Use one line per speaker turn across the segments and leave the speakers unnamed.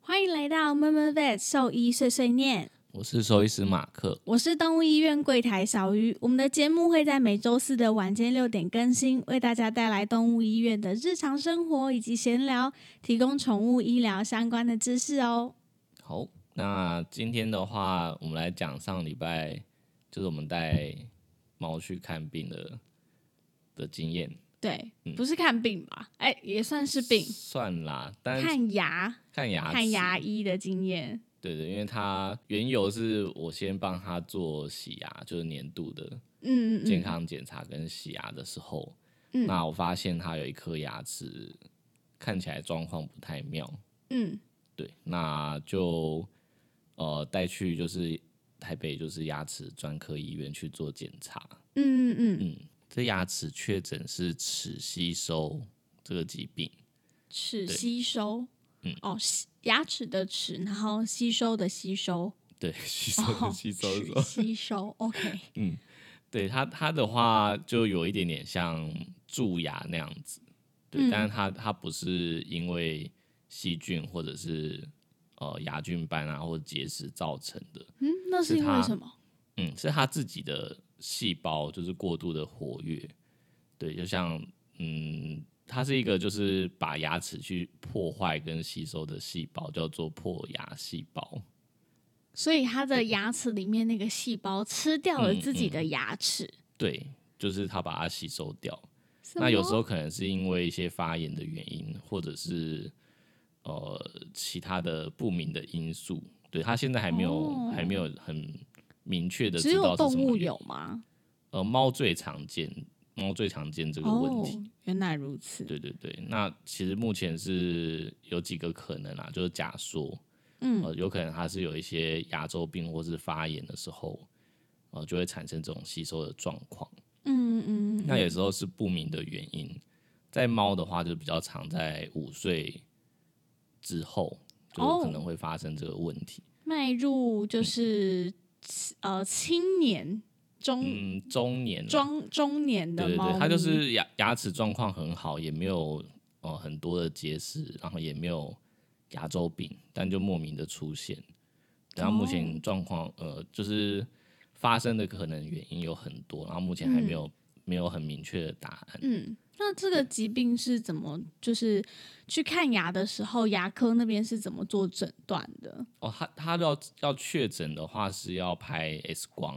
欢迎来到闷闷 vet 兽医碎碎念，
我是兽医师马克。
我是动物医院柜台小鱼。我们的节目会在每周四的晚间六点更新，为大家带来动物医院的日常生活以及闲聊，提供宠物医疗相关的知识哦。
好，那今天的话，我们来讲上礼拜就是我们带猫去看病的的经验，
对，不是看病吧？哎、也算是病，
算啦，但是
看牙、
看牙
看
齿
牙医的经验。
对对，因为他原由是我先帮他做洗牙，就是年度的
嗯嗯
健
嗯，
康检查跟洗牙的时候，
嗯
那我发现他有一颗牙齿看起来状况不太妙，
嗯，
对，那就呃带去就是台北就是牙齿专科医院去做检查。
嗯嗯嗯，
嗯，这牙齿确诊是齿吸收这个疾病。
齿
对
吸收，
嗯
哦，吸牙齿的齿，然后吸收的吸收，
对， 吸收
哦，
吸收
齿
的
吸收，OK，
对它它的话就有一点点像蛀牙那样子，对，
嗯
但是它它不是因为细菌或者是呃牙菌斑啊或者结石造成的，
嗯，那是
是
因为
它
什么？
嗯，是他自己的细胞就是过度的活跃，对，就像嗯，它是一个就是把牙齿去破坏跟吸收的细胞，叫做破牙细胞。
所以它的牙齿里面那个细胞吃掉了自己的牙齿。
对，就是它把它吸收掉。
什么
嗯那有时候可能是因为一些发炎的原因，或者是呃其他的不明的因素。对，它现在还没有、
哦
还没有很明确的
只
知
有
道是什
动
么
物
原
有吗？
呃，猫最常见，猫最常见这个问
哦
题。，
原来如此。
对对对，那其实目前是有几个可能啊，就是假说，
嗯，
呃，有可能它是有一些牙周病或是发炎的时候，呃，就会产生这种吸收的状况。
嗯嗯嗯，
那有时候是不明的原因，在猫的话就比较常在五岁之后，就
哦
可能会发生这个问题。
迈入就是呃青年中
嗯，中年啊
中中年的
对对
猫
对，
咪，
它就是牙牙齿状况很好，也没有呃很多的结石，然后也没有牙周病，但就莫名的出现。然后目前状况、呃，就是发生的可能原因有很多，然后目前还没有、没有很明确的答案。
嗯。那这个疾病是怎么？就是去看牙的时候，牙科那边是怎么做诊断的？
哦，他他要要确诊的话是要拍 X 光，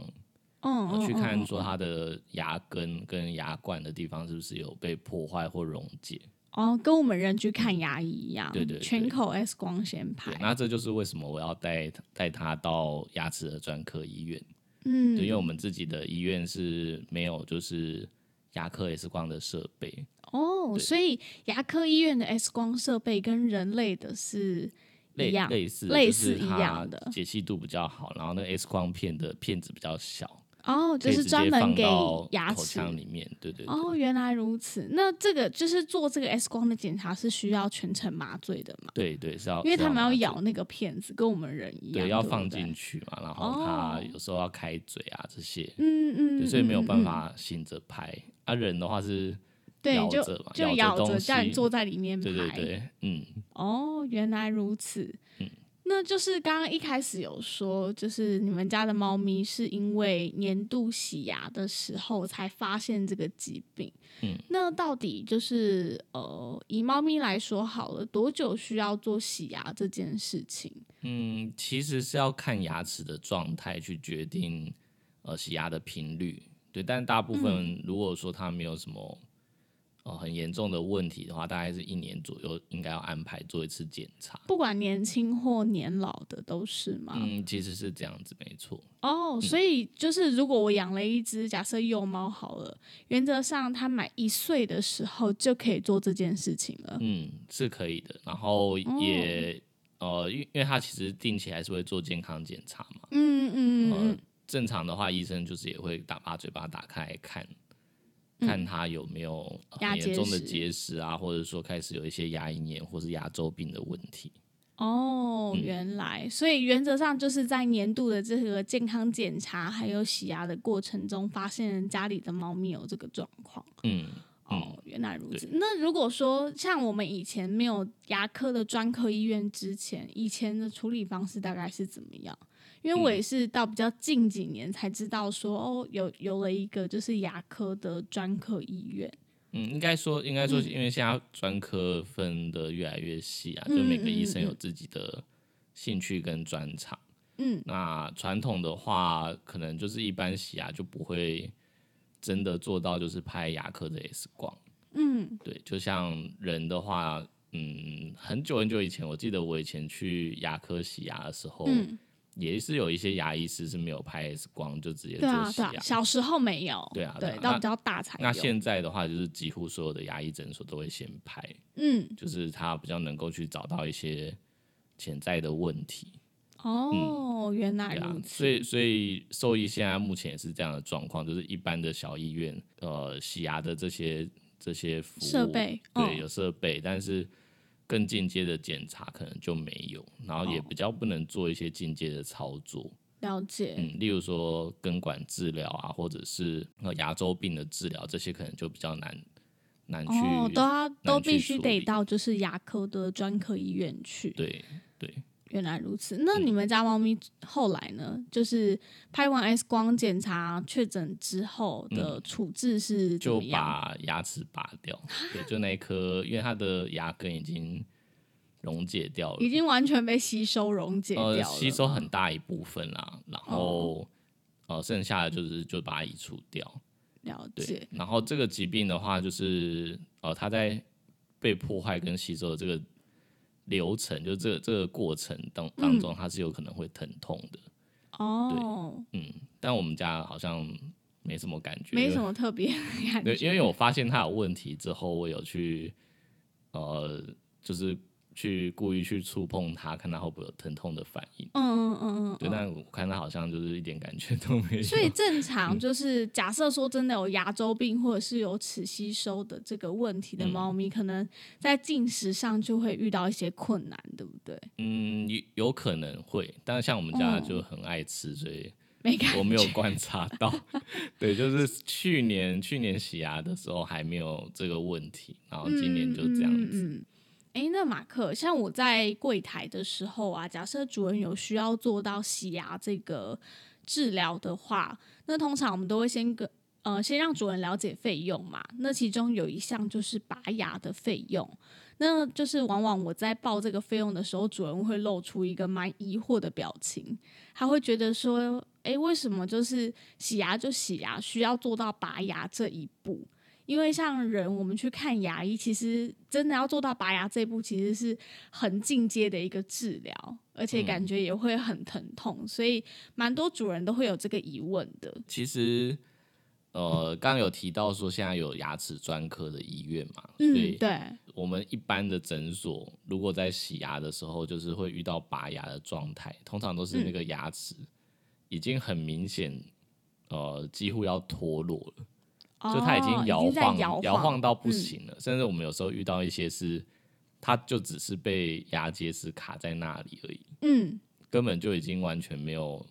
嗯，嗯
呃去看
嗯
说他的牙根跟牙冠的地方是不是有被破坏或溶解。
哦，跟我们人去看牙医一样，
对对对
全口 X 光先
对，
拍，
那这就是为什么我要带带他到牙齿的专科医院。
嗯，
对，因为我们自己的医院是没有就是牙科 X 光的设备，
哦，所以牙科医院的 X 光设备跟人类的是一
类
样，
类似
类
就
似
是
一
它
样的
解析度比较好，然后那个 X 光片的片子比较小，
哦，就
可以
是
直
专
接
门
放
给
到
牙
口
齿。
腔里面，对对对，
哦，原来如此。那这个就是做这个 X 光的检查是需要全程麻醉的嘛？
对对哦是要，
因为他们要
是
咬那个片子，跟我们人一
麻醉，
样，
对，要放
对不
进
对。
去嘛，然后它
哦
有时候要开嘴啊这些，
嗯嗯
对，
嗯，
所以没有
嗯
办。
嗯
法醒着拍，啊人的话是
对，
咬
就
着嘛
就
咬着
咬着，
东
叫你
西
坐在里面
对对
拍。
对，嗯，
哦，原来如此。那就是刚刚一开始有说，就是你们家的猫咪是因为年度洗牙的时候才发现这个疾病。
嗯，
那到底就是呃，以猫咪来说好了，多久需要做洗牙这件事情？
嗯，其实是要看牙齿的状态去决定呃洗牙的频率，对。但大部分如果说它没有什么、呃很严重的问题的话，大概是一年左右应该要安排做一次检查。
不管年轻或年老的都是吗？
嗯，其实是这样子，没错。
哦，所以就是如果我养了一只假设幼猫好了，原则上它满一岁的时候就可以做这件事情了。
嗯，是可以的。然后也、呃，因因为它其实定期还是会做健康检查嘛。
嗯嗯嗯嗯
呃，正常的话，医生就是也会打把嘴巴打开看，看他有没有呃
牙
很严
嗯结
重的
石
结石啊，或者说开始有一些牙龈炎或是牙周病的问题。
哦，
嗯
原来，所以原则上就是在年度的这个健康检查还有洗牙的过程中，发现家里的猫咪有这个状况。
嗯，
哦，原来如此。那如果说像我们以前没有牙科的专科医院之前，以前的处理方式大概是怎么样？因为我
嗯
也是到比较近几年才知道说，哦，有有了一个就是牙科的专科医院。
嗯，应该说，应该说，因为现在专科分的越来越细啊，
嗯
就每个医生有自己的兴趣跟专长。
嗯，
那传统的话，可能就是一般洗牙就不会真的做到，就是拍牙科的 X 光。
嗯
对，就像人的话，嗯，很久很久以前，我记得我以前去牙科洗牙的时候，
嗯，
也是有一些牙医师是没有拍 X 光，就直接
对
做
啊
洗
对
牙。
啊，小时候没有，
对啊对啊
对，到
那
比较大才有。
那现在的话，就是几乎所有的牙医诊所都会先拍，
嗯
就是他比较能够去找到一些潜在的问题。
哦，原来
嗯对啊
如，此
所。以所以兽医现在目前也是这样的状况，就是一般的小医院，呃，洗牙的这些这些服务
设备哦
对，有设备，但是更进阶的检查可能就没有，然
哦
后也比较不能做一些进阶的操作，
了解，
嗯，例如说根管治疗啊，或者是呃牙周病的治疗，这些可能就比较难难嗯去、
哦，都要都
难去
必须
处
得
理
到就是牙科的专科医院去。
对嗯对。
原来如此。那你们家猫咪后来呢？就是拍完 X 光检查确诊之后的处置是怎
嗯就
么样？啊
把牙齿拔掉，对，就那一颗，因为它的牙根已经溶解掉了，
已经完全被吸收溶解掉了，哦
呃吸收很大一部分啦，然后、呃剩下的就是就把它移除掉，
了
对
解。，
然后这个疾病的话，就是呃它在被破坏跟吸收的这个流程，就这个这个过程
嗯
当当中，它是有可能会疼痛的，
哦，
嗯但我们家好像没什么感觉，
没
因为
什么特别的 感
对，
觉。
因为我发现他有问题之后，我有去呃，就是去故意去触碰它，看它会不会有疼痛的反应。
嗯嗯嗯嗯
对，但我看它好像就是一点感觉都没有。
所以正
嗯
常就是假设说真的有牙周病或者是有齿吸收的这个问题的
嗯
猫咪，可能在进食上就会遇到一些困难，对不对？
嗯，有有可能会，但是像我们家
哦
就很爱吃，所以
没感
我没有观察到。 对，就是去年去年洗牙的时候还没有这个问题，然后今年就这样子。
嗯嗯嗯哎、诶那马克，像我在柜台的时候啊，假设主人有需要做到洗牙这个治疗的话，那通常我们都会先跟呃先让主人了解费用嘛。那其中有一项就是拔牙的费用，那就是往往我在报这个费用的时候，主人会露出一个蛮疑惑的表情，他会觉得说。诶，为什么就是洗牙就洗牙，需要做到拔牙这一步？因为像人，我们去看牙医，其实真的要做到拔牙这一步，其实是很进阶的一个治疗，而
嗯
且感觉也会很疼痛，所以蛮多主人都会有这个疑问的。
其实呃，刚刚有提到说现在有牙齿专科的医院嘛，所以
嗯，对，
我们一般的诊所，如果在洗牙的时候，就是会遇到拔牙的状态，通常都是
嗯
那个牙齿已经很明显，呃，几乎要脱落了，就它已经
哦
摇
在
晃、
摇嗯
摇晃到不行了。甚至我们有时候遇到一些是，它就只是被牙结石卡在那里而已，
嗯，
根本就已经完全没有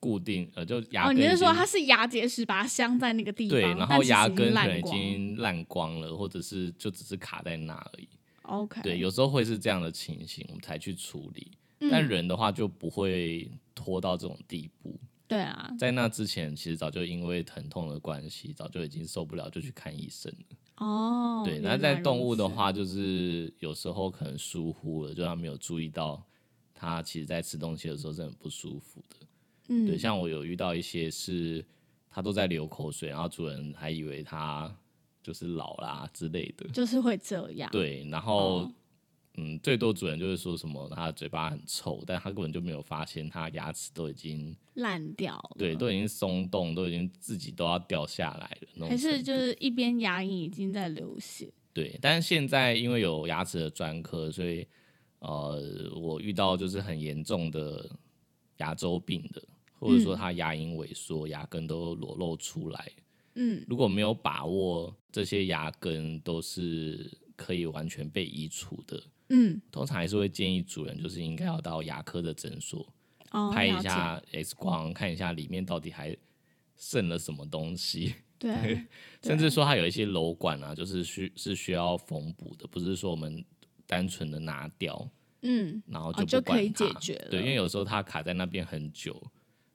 固定，呃，就牙
哦，
根
你
已
是说
经
它是牙结石把它镶在那个地方，
对，然
但
后
其实
牙
已经
根可
烂
能已
光
经烂光了，或者是就只是卡在那而已。
OK，
对，有时候会是这样的情形，我们才去处理。
嗯
但人的话就不会拖到这种地步，
对啊，
在那之前，其实早就因为疼痛的关系，早就已经受不了，就去看医生了。
哦，
对，那
原
在
来
动
如
物的
此，
话，就是有时候可能疏忽了，就他没有注意到，它其实在吃东西的时候是很不舒服的。
嗯，
对，像我有遇到一些是它都在流口水，然后主人还以为它就是老啦之类的。
就是会这样，
对，然后、
哦
嗯，最多主人就是说什么他嘴巴很臭，但他根本就没有发现他牙齿都已经
烂掉了，
对都已经松动，都已经自己都要掉下来了那种
还是
程度
就是一边牙龈已经在流血，
对，但是现在因为有牙齿的专科，所以呃，我遇到就是很严重的牙周病的，或者说他牙龈萎缩，牙根都裸露出来，
嗯。
如果没有把握这些牙根都是可以完全被移除的，
嗯，
通常还是会建议主人就是应该要到牙科的诊所
哦，
拍一
了解
下 X 光，看一下里面到底还剩了什么东西。
对，对
甚至说它有一些瘘管啊，就是需是需要缝补的，不是说我们单纯的拿掉，
嗯，
然后
哦就
不管
可
它、
以解决了嗯
对，因为有时候它卡在那边很久，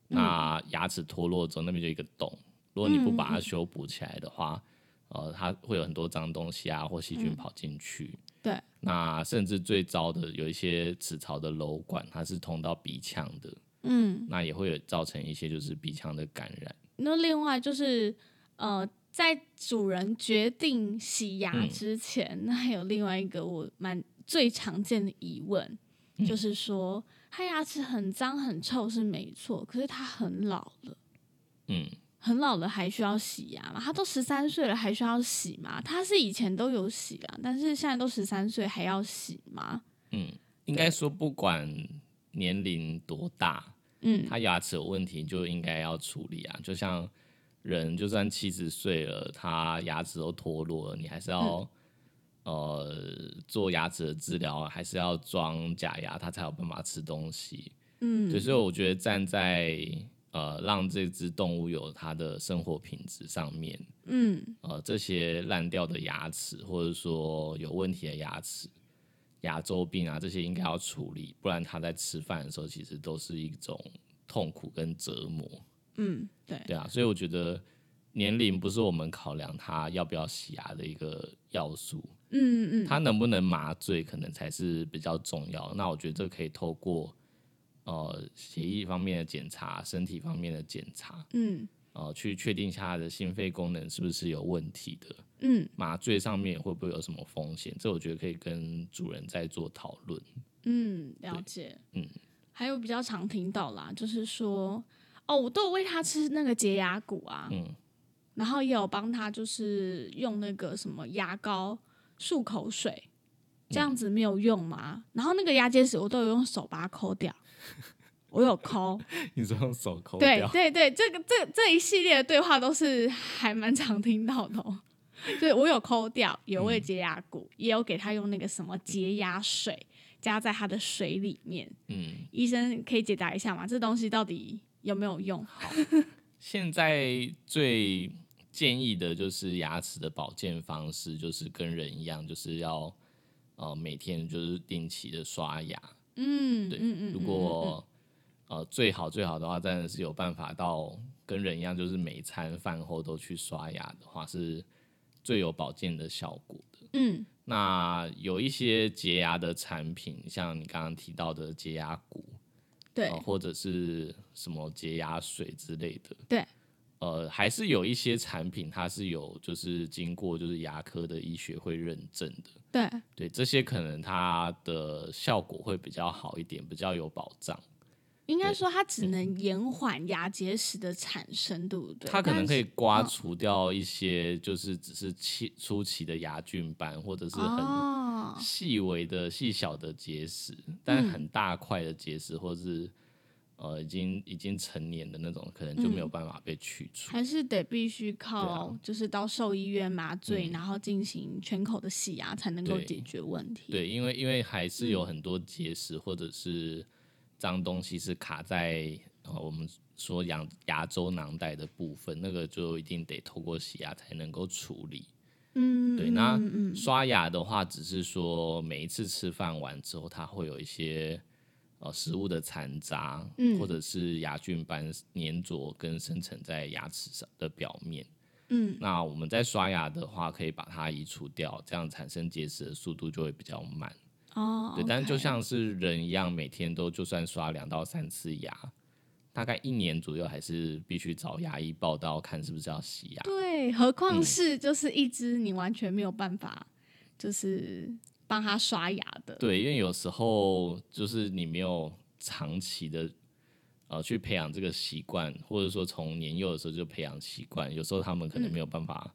那牙齿脱落之后那边就一个洞，如果你不
嗯
把它修补起来的话，呃，它会有很多脏东西啊或细菌跑进去。
嗯对，
那甚至最糟的有一些齿槽的瘘管，它是通到鼻腔的，
嗯，
那也会有造成一些就是鼻腔的感染。
那另外就是呃，在主人决定洗
嗯
牙之前，那还有另外一个我蛮最常见的疑问，
嗯
就是说他牙齿很脏很臭是没错，可是他很老了。
嗯，
很老了还需要洗牙吗？他都十三岁了还需要洗吗？他是以前都有洗啦，但是现在都十三岁还要洗吗？
应该说不管年龄多大，
嗯
他牙齿有问题就应该要处理啊。就像人就算七十岁了，他牙齿都脱落了，你还是要、呃做牙齿的治疗，还是要装假牙，他才有办法吃东西。
嗯
对，所以我觉得站在呃让这只动物有它的生活品质上面，
嗯
呃这些烂掉的牙齿，或者说有问题的牙齿、牙周病啊，这些应该要处理，不然它在吃饭的时候其实都是一种痛苦跟折磨。
嗯，对，
对啊，所以我觉得年龄不是我们考量它要不要洗牙的一个要素，
嗯嗯
它能不能麻醉可能才是比较重要。那我觉得这可以透过。呃，血液方面的检查、身体方面的检查，
嗯
呃，去确定一下它的心肺功能是不是有问题的。
嗯
麻醉上面会不会有什么风险？这我觉得可以跟主人再做讨论。
嗯，了解。
嗯，
还有比较常听到啦，就是说哦，我都有喂他吃那个洁牙骨啊，
嗯
然后也有帮他就是用那个什么牙膏漱口水，
嗯
这样子没有用吗？然后那个牙结石我都有用手把它抠掉，我有抠，
你说用手抠
对对对，这个这这一系列的对话都是还蛮常听到的、哦。 就是我有抠掉，有
嗯
喂洁牙骨，也有给他用那个什么洁牙水加在他的水里面。
嗯，
医生可以解答一下吗？这东西到底有没有用？
现在最建议的就是牙齿的保健方式，就是跟人一样，就是要呃每天就是定期的刷牙。
嗯，
对，
嗯嗯，
如果呃最好最好的话，当然是有办法到跟人一样，就是每餐饭后都去刷牙的话，是最有保健的效果的。
嗯
那有一些洁牙的产品，像你刚刚提到的洁牙骨，
对
呃，或者是什么洁牙水之类的，
对，
呃，还是有一些产品它是有就是经过就是牙科的医学会认证的，
对，
对，这些可能它的效果会比较好一点，比较有保障。
应该说它
嗯
只能延缓牙结石的产生，对不对？
它可能可以
但是嗯
刮除掉一些就是只是期初期的牙菌斑，或者是很
哦，
细微的、细小的结石，但是很大块的结石，或是呃已经已经成年的那种，可能就没有办法被去除。
还是得必须
啊
靠就是到兽医院麻醉，然后进行全口的洗牙才能够
嗯对
解决问题。
对，因为因为还是有很多结石或者是脏东西是卡在呃我们说牙牙周囊袋的部分，那个就一定得透过洗牙才能够处理。
嗯，
对，
嗯
那
嗯
刷牙的话，只是说每一次吃饭完之后，它会有一些呃食物的残渣，
嗯
或者是牙菌斑粘着跟生成在牙齿上的表面。
嗯
那我们在刷牙的话，可以把它移除掉，这样产生结石的速度就会比较慢。
嗯哦，
对，但是就
OK
像是人一样，每天都就算刷两到三次牙，大概一年左右还是必须找牙医报道，看是不是要洗牙。
对，何况
嗯
是就是一只你完全没有办法就是帮它刷牙的，
对，因为有时候就是你没有长期的呃去培养这个习惯，或者说从年幼的时候就培养习惯，有时候他们可能没有办法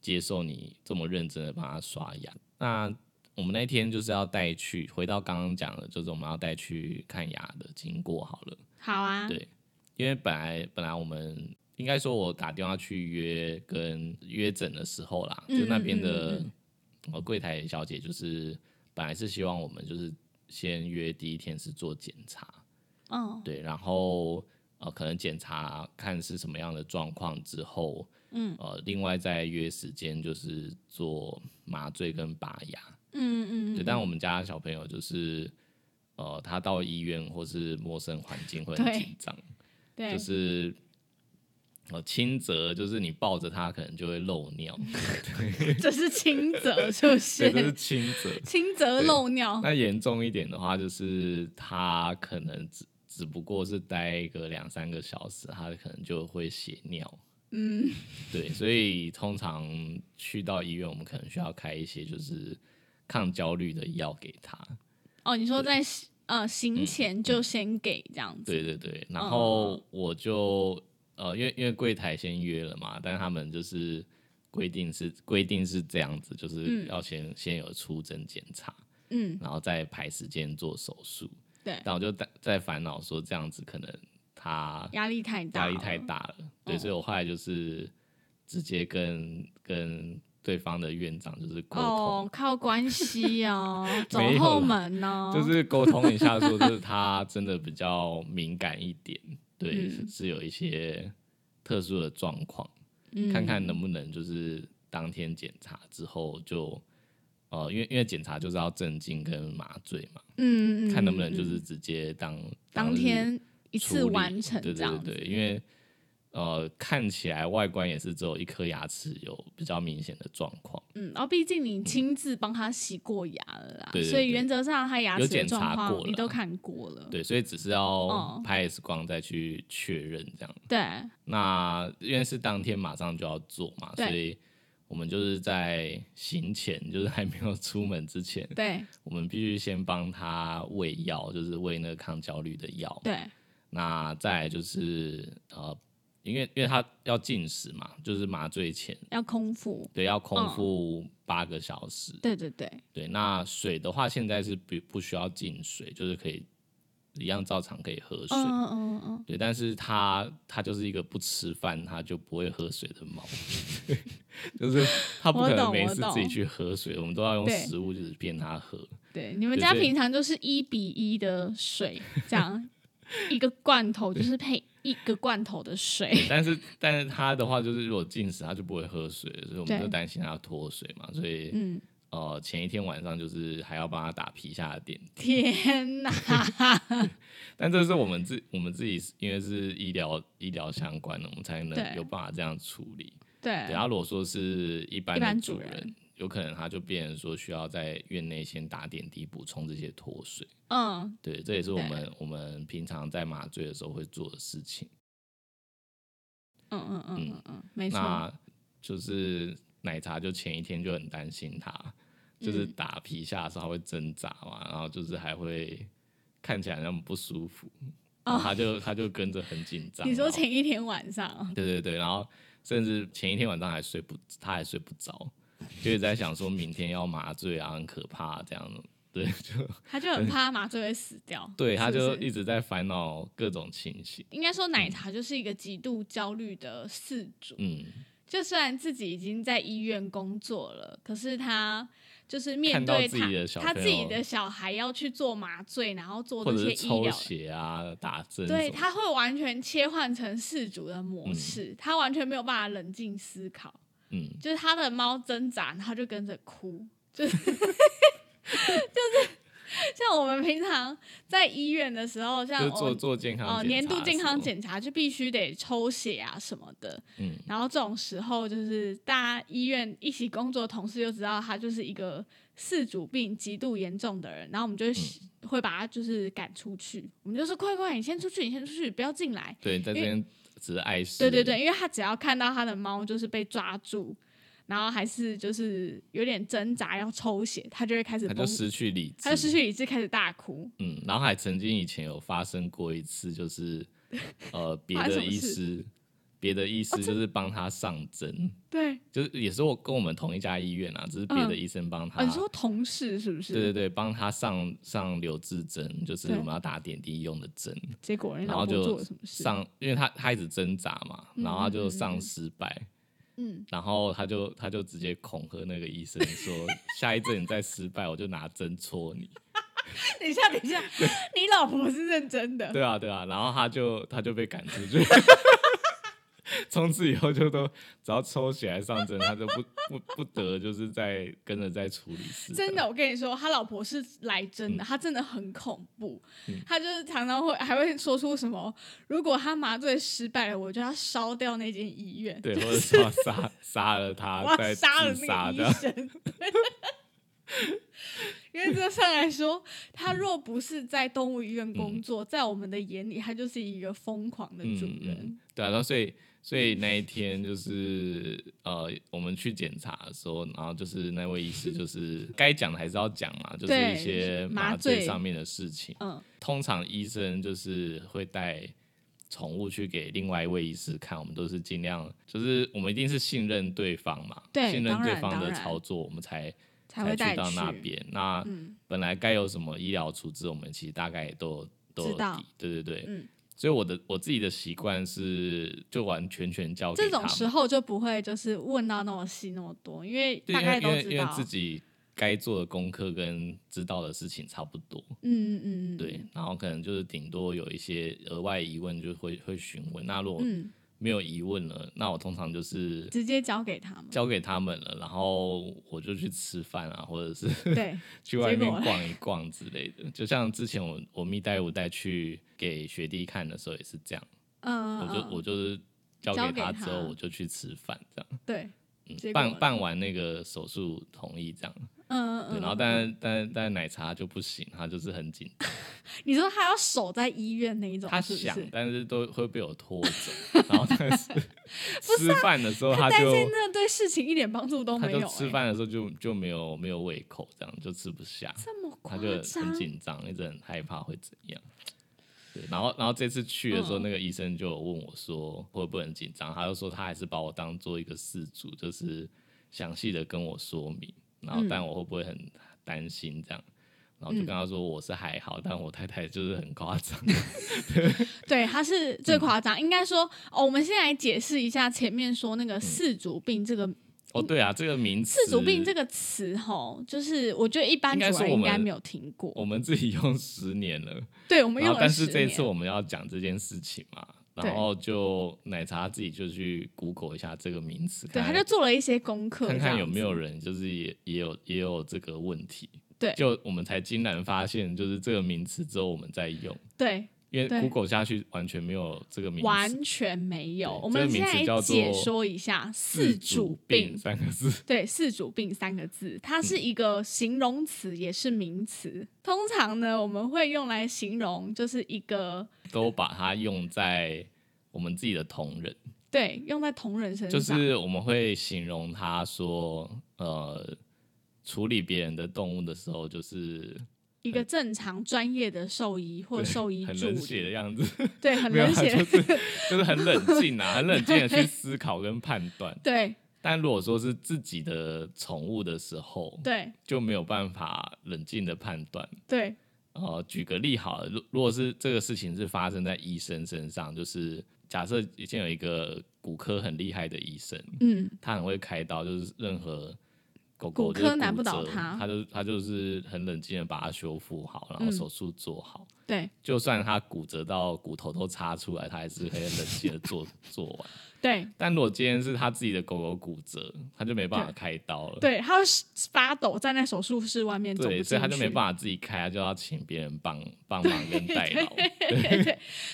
接受你这么认真的帮他刷牙。那我们那天就是要带去，回到刚刚讲的，就是我们要带去看牙的经过好了，
好啊，
对因为本来本来我们。应该说，我打电话去约跟约诊的时候啦，就那
嗯嗯
边
嗯
的
嗯
呃柜台小姐就是本来是希望我们就是先约第一天是做检查，
嗯
对，然后呃，可能检查看是什么样的状况之后，
嗯，
呃，另外再约时间就是做麻醉跟拔牙。
嗯嗯嗯，
对，但我们家小朋友就是，呃，他到医院或是陌生环境会很
对
紧张，
对，
就是。呃，轻则就是你抱着他，可能就会漏尿，
这是轻 则，是不
对，这是
是？
轻则。
轻则漏尿，
那严重一点的话，就是他可能只只不过是待个两三个小时，他可能就会血尿。
嗯，
对，所以通常去到医院，我们可能需要开一些就是抗焦虑的药给他。
哦，你说在呃行前就先给这样子，
嗯对对对，然后我就呃，因为因为柜台先约了嘛，但是他们就是规定是规定是这样子，就是要先、先有出诊检查，
嗯，
然后再排时间做手术。
对，
但我就在在烦恼说这样子可能他
压力太大，
压力太，大了，对，所以我后来就是直接跟跟对方的院长就是沟
哦
通，，
靠关系哦，走
没有
后
啦
门哦，
就是沟通一下说，就是他真的比较敏感一点，对，
嗯
是有一些特殊的状况，
嗯
看看能不能就是当天检查之后就。呃，因为因为检查就是要镇静跟麻醉嘛，
嗯，嗯
看能不能
嗯
就是直接当
当
日
天一次
处理
完成
对
这
对
样子，
对，因为呃看起来外观也是只有一颗牙齿有比较明显的状况，
嗯，然后毕竟你亲自帮他洗过牙了啦，
对对
所以
对
原则上他牙
有
齿的
检查
状况
过
你
了
都看过了，
对，所以只是
哦
要拍 X 光再去确认这样。
对
那因为是当天马上就要做嘛，
对
所以我们就是在行前，就是还没有出门之前，
对
我们必须先帮他喂药，就是喂那个抗焦虑的药。
对，
那再来就是呃，因为因为他要进食嘛，就是麻醉前。
要空腹，
对，要空
嗯
腹八个小时。
对对对，
对，那水的话，现在是不不需要进水，就是可以一样照常可以喝水。
嗯嗯嗯
对，但是它它就是一个不吃饭，它就不会喝水的 猫，就是它不
我
可能
懂
没
我
事自己
懂
去喝水，我们都要用
对
食物就是骗它喝。
嗯，对，你们
对
家
所以
平常就是一比一的水，这样一个罐头就是配一个罐头的水，
但是但是它的话，就是如果进食，它就不会喝水，所以我们就
对
担心它脱水嘛，所以、
嗯，
呃前一天晚上就是还要帮它打皮下的点滴
天哪，
但这是我们自我们自己，因为是医疗医疗相关的，我们才
对
能有办法这样处理。
对
对，他如果说是一般
哎一般
的
主
主
人
人，有可能他就变成说需要在院内先打点滴补充这些脱水。
嗯，
对，这也是我
对
们我们平常在麻醉的时候会做的事情。
嗯嗯嗯嗯嗯，没错，
那就是奶茶就前一天就很担心他，
嗯
就是打皮下的时候他会挣扎嘛，然后就是还会看起来那么不舒服，然后他就他就跟着很紧张。
哦 你说
然后
前一天晚上 哦，
对对对，然后甚至前一天晚上还睡不，他还睡不着，就一直在想说明天要麻醉啊，很可怕、这样。对， 就
他就很怕麻醉会死掉，
对，他
是不
就是嗯一直在烦恼各种情形。
应该说奶茶就是一个极度焦虑的饲主，
嗯，
就虽然自己已经在医院工作了，可是他就是面
看到
对
自己的
他
小
他
朋
自己
友
的小孩要去做麻醉，然后做
或
这
者
些
是
医
抽
疗。
血啊、打针什么的，
对，他会完全切换成饲主的模
嗯
式，他完全没有办法冷静思考，
嗯，
就是他的猫挣扎，然后就跟着哭， 就是就是像我们平常在医院的时候，像
就是
我
做做健康
哦，
检查
年度健康
什么
检查就必须得抽血啊什么的。
嗯，
然后这种时候就是大家医院一起工作的同事就知道他就是一个四主病极度严重的人，然后我们就
嗯
会把他就是赶出去，我们就说快快，你先出去，你先出去，不要进来。
对，在这边只是碍事。
对对对，，因为他只要看到他的猫就是被抓住，然后还是就是有点挣扎要抽血，他就会开始
他
崩
就，失去理智，
他就失去理智，开始大哭。
嗯，然后还曾经以前有发生过一 次，就是呃别
发生什
的
么
医
事哦
师，别的医师就是帮他上针。
对，
就是也是我跟我们同一家医院啊，只是别的
嗯
医生帮他。
啊，你说同事是不是？
对对对，帮他上上留置针，就是
对
我们要打点滴用的针，
结果人家
然
老
后
婆做
就
了什么事？
上，因为他他一直挣扎嘛，然后他
嗯嗯
就
嗯
上失败，
嗯，
然后他就 他就直接恐吓那个医生说，下一针你再失败，我就拿针戳你。
等一下，等一下，你老婆是认真的，
对啊，对啊，然后他就他就被赶出去， 从此以后就都只要抽血来上针，他就不不不得就是在跟着在处理事。
真的，我跟你说，他老婆是来真
嗯
的，他真的很恐怖。他就是常常会还会说出什么，如果他麻醉失败了，我就要烧掉那间医院，
对，或者说 杀杀了
我
他，
要
再
杀了
自
那
杀
个
这
医
样。
生。原则上来说，他若不是在动物医院工作，在我们的眼里，他就是一个疯狂的主人。
嗯嗯对啊，然后所以所以那一天就是呃，我们去检查的时候，然后就是那位医师 就是该讲的还是要讲嘛，就是
对
一些
麻
麻醉
醉
上面的事情。
嗯，
通常医生就是会带宠物去给另外一位医师看，我们都是尽量就是我们一定是信任对方嘛，
对
信任
当
对
然
方
当
的
然
操作，我们才
才会带
去到那
去嗯
边。那、本来该有什么医疗处置，我们其实大概也都有都有
知道
底，对对对，
嗯
所以我的我自己的习惯是，就完全全交给
这
他
种
们，
时候就不会就是问到那么细那么多，因为
对，
大
因
概
为
都
因为
知
因为
道。
自己该做的功课跟知道的事情差不多，
嗯嗯嗯，嗯，
对，然后可能就是顶多有一些额外疑问，就会会询问。那如果
嗯，
没有疑问了，那我通常就是
直接交给 他们。
交给他们了，然后我就去吃饭啊，或者是
对，
去
结
外面
果嘞
逛一逛之类的。就像之前我我蜜袋鼯带去给学弟看的时候也是这样，
嗯，
我
嗯
就我就是交
交
给
给
他之后
他
我就去吃饭这样。
对，结果
嗯，办
嘞
办完那个手术同意这样，
嗯嗯嗯，
对，然后但但但奶茶就不行，他就是很紧张，
你说他要守在医院那一种，
他
是不
想
是？
但是都会被我拖 走，然后但是吃饭的时候他
但
就是
那对事情一点帮助都
他
没有、
就
欸，
吃饭的时候就就没有没有胃口，这样就吃不下，
这么
他
夸
就很
张，
紧张，一直很害怕会怎样。对，然后然后这次去的时候，
嗯
那个医生就有问我说会不会很紧张，他就说他还是把我当做一个事主，就是详细的跟我说明，然后
嗯
但我会不会很担心这样。然后就跟他说我是还好，但我太太就是很夸 张，
对，他
嗯
是最夸张。应该说，哦，我们先来解释一下前面说
嗯
那个四足病这个
哦，对啊，这个名词
四足病这个词，吼，就是我觉得一般
应
主
该是
人
我
应
们
该没有听
我
过。
们自己用十年了，
对，我们
然
用
后
了
但是
10
这一次
年
我们要讲这件事情嘛，
对
然后就奶茶自己就去 Google 一下这个名词，
对，
看
他就做了一些功课，
看
这样
看有没
子
有人就是也也有也有这个问题。
对
就我们才惊然发现，就是这个名词只有我们在用，
对，
因为
对
Google 下去完全没有这个名词。
完全没有。
对
我们
这个
现
名词
在
叫做
解说一下四主
病嗯
病。
三个字，
对“四主病”三个字，它是一个形容词，也是名词。通常呢，我们会用来形容就是一个
都把它用在我们自己的同仁，
对用在同人身上，
就是我们会形容他说，呃，处理别人的动物的时候，就是
一个正常专业的兽医或
对
兽医
很
助
冷血的
理，
样子，
对，很
没有
冷
啦
血。
就是就是很冷静啊，很冷静的去思考跟判断。
对
但如果说是自己的宠物的时候，
对
就没有办法冷静的判断。
对，
呃，举个例好了，如如果是这个事情是发生在医生身上，就是假设已经有一个骨科很厉害的医生，
嗯，
他很会开刀，就是任何狗
骨
狗
科
就是折
难不倒他
他就他就是很冷静的把它修复好，然后
嗯
手术做好。
对
就算他骨折到骨头都插出来，他还是可以很冷静的做 做完。
对
但如果今天是他自己的狗狗骨折，他就没办法开刀了。
对，他会发抖站在手术室外面，走
呃对，
不
所以他
进
就没
去
办法自己开，他就要请别人帮帮忙 跟代劳。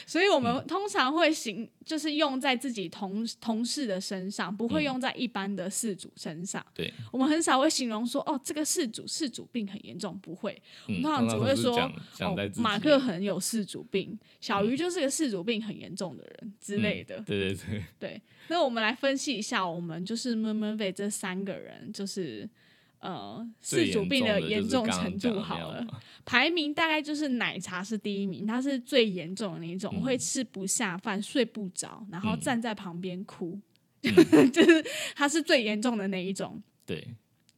所以我
嗯
们通常会行，就是用在自己同同事的身上，不
嗯
会用在一般的事主身上。
对，
我们很少会形容说，哦，这个事主事主病很严重，不会。
嗯，
通常只会
都是
说
讲讲在
哦
自，己嗯
马克 很有事主病，小鱼就是个事主病很严重的人之类的。
对对对，
对，那我们来分析一下，我们就是闷闷贝这三个人，就是呃，
最
事主病的严
严
重
重的就是
程度好
刚刚讲的那
了
样。嘛
排名大概就是奶茶是第一名，他是最严重的那一种，会
嗯
吃不下饭、睡不着，然后站在旁边哭，
嗯
就是他是最严重的那一种。
对，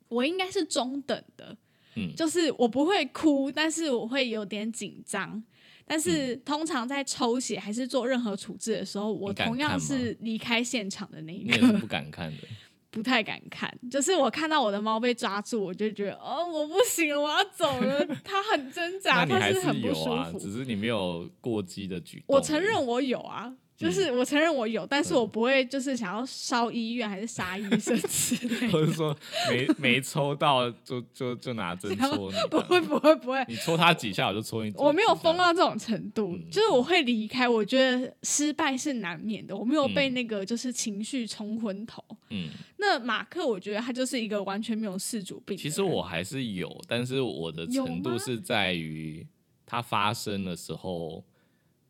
我应该是中等的，
嗯
就是我不会哭，但是我会有点紧张。但是通常在抽血还是做任何处置的时候，我
嗯你敢
同样
看吗
是离开现场的那一
你也是
个。
不敢看的。
不太敢看，就是我看到我的猫被抓住，我就觉得哦，我不行了，我要走了。它很挣
那
扎，
你
它
还
很不
有
舒
啊，
服。
只是你没有过激的举动。
我承认我有
嗯
啊，就是我承认我有，但是我不会就是想要烧医院还是杀医生之类的，
或者说没没 抽到就就就拿针戳你
不会
这样，
不会不会，
你戳他几下我就戳你。
我没有疯
啊，
到这种程度，
嗯
就是我会离开。我觉得失败是难免的，我没有被
嗯
那个就是情绪冲昏头。
嗯，
那马克，我觉得他就是一个完全没有事主病的人。
其实我还是有，但是我的
有
程度
吗
是在于它发生的时候，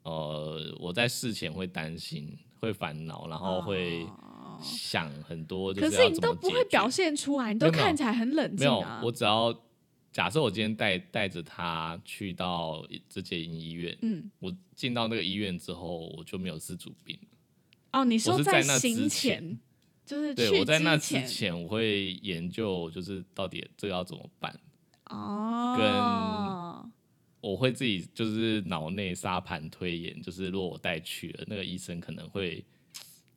呃，我在事前会担心、会烦恼，然后会
哦
想很多，就
啊可
要
是你
怎
都
么
不
解
会
决
表现出来，你都
没有没有
看起来很冷
没
静
有
啊，。
我只要假设我今天带带着他去到这间医院，
嗯，
我进到那个医院之后，我就没有自主病了。
哦，你说
是在那之
行
前
前，就是去
对，我在那之
前
前，我会研究就是到底这个要怎么办，
哦，
我会自己就是脑内沙盘推演，就是如果我带去了，那个医生可能会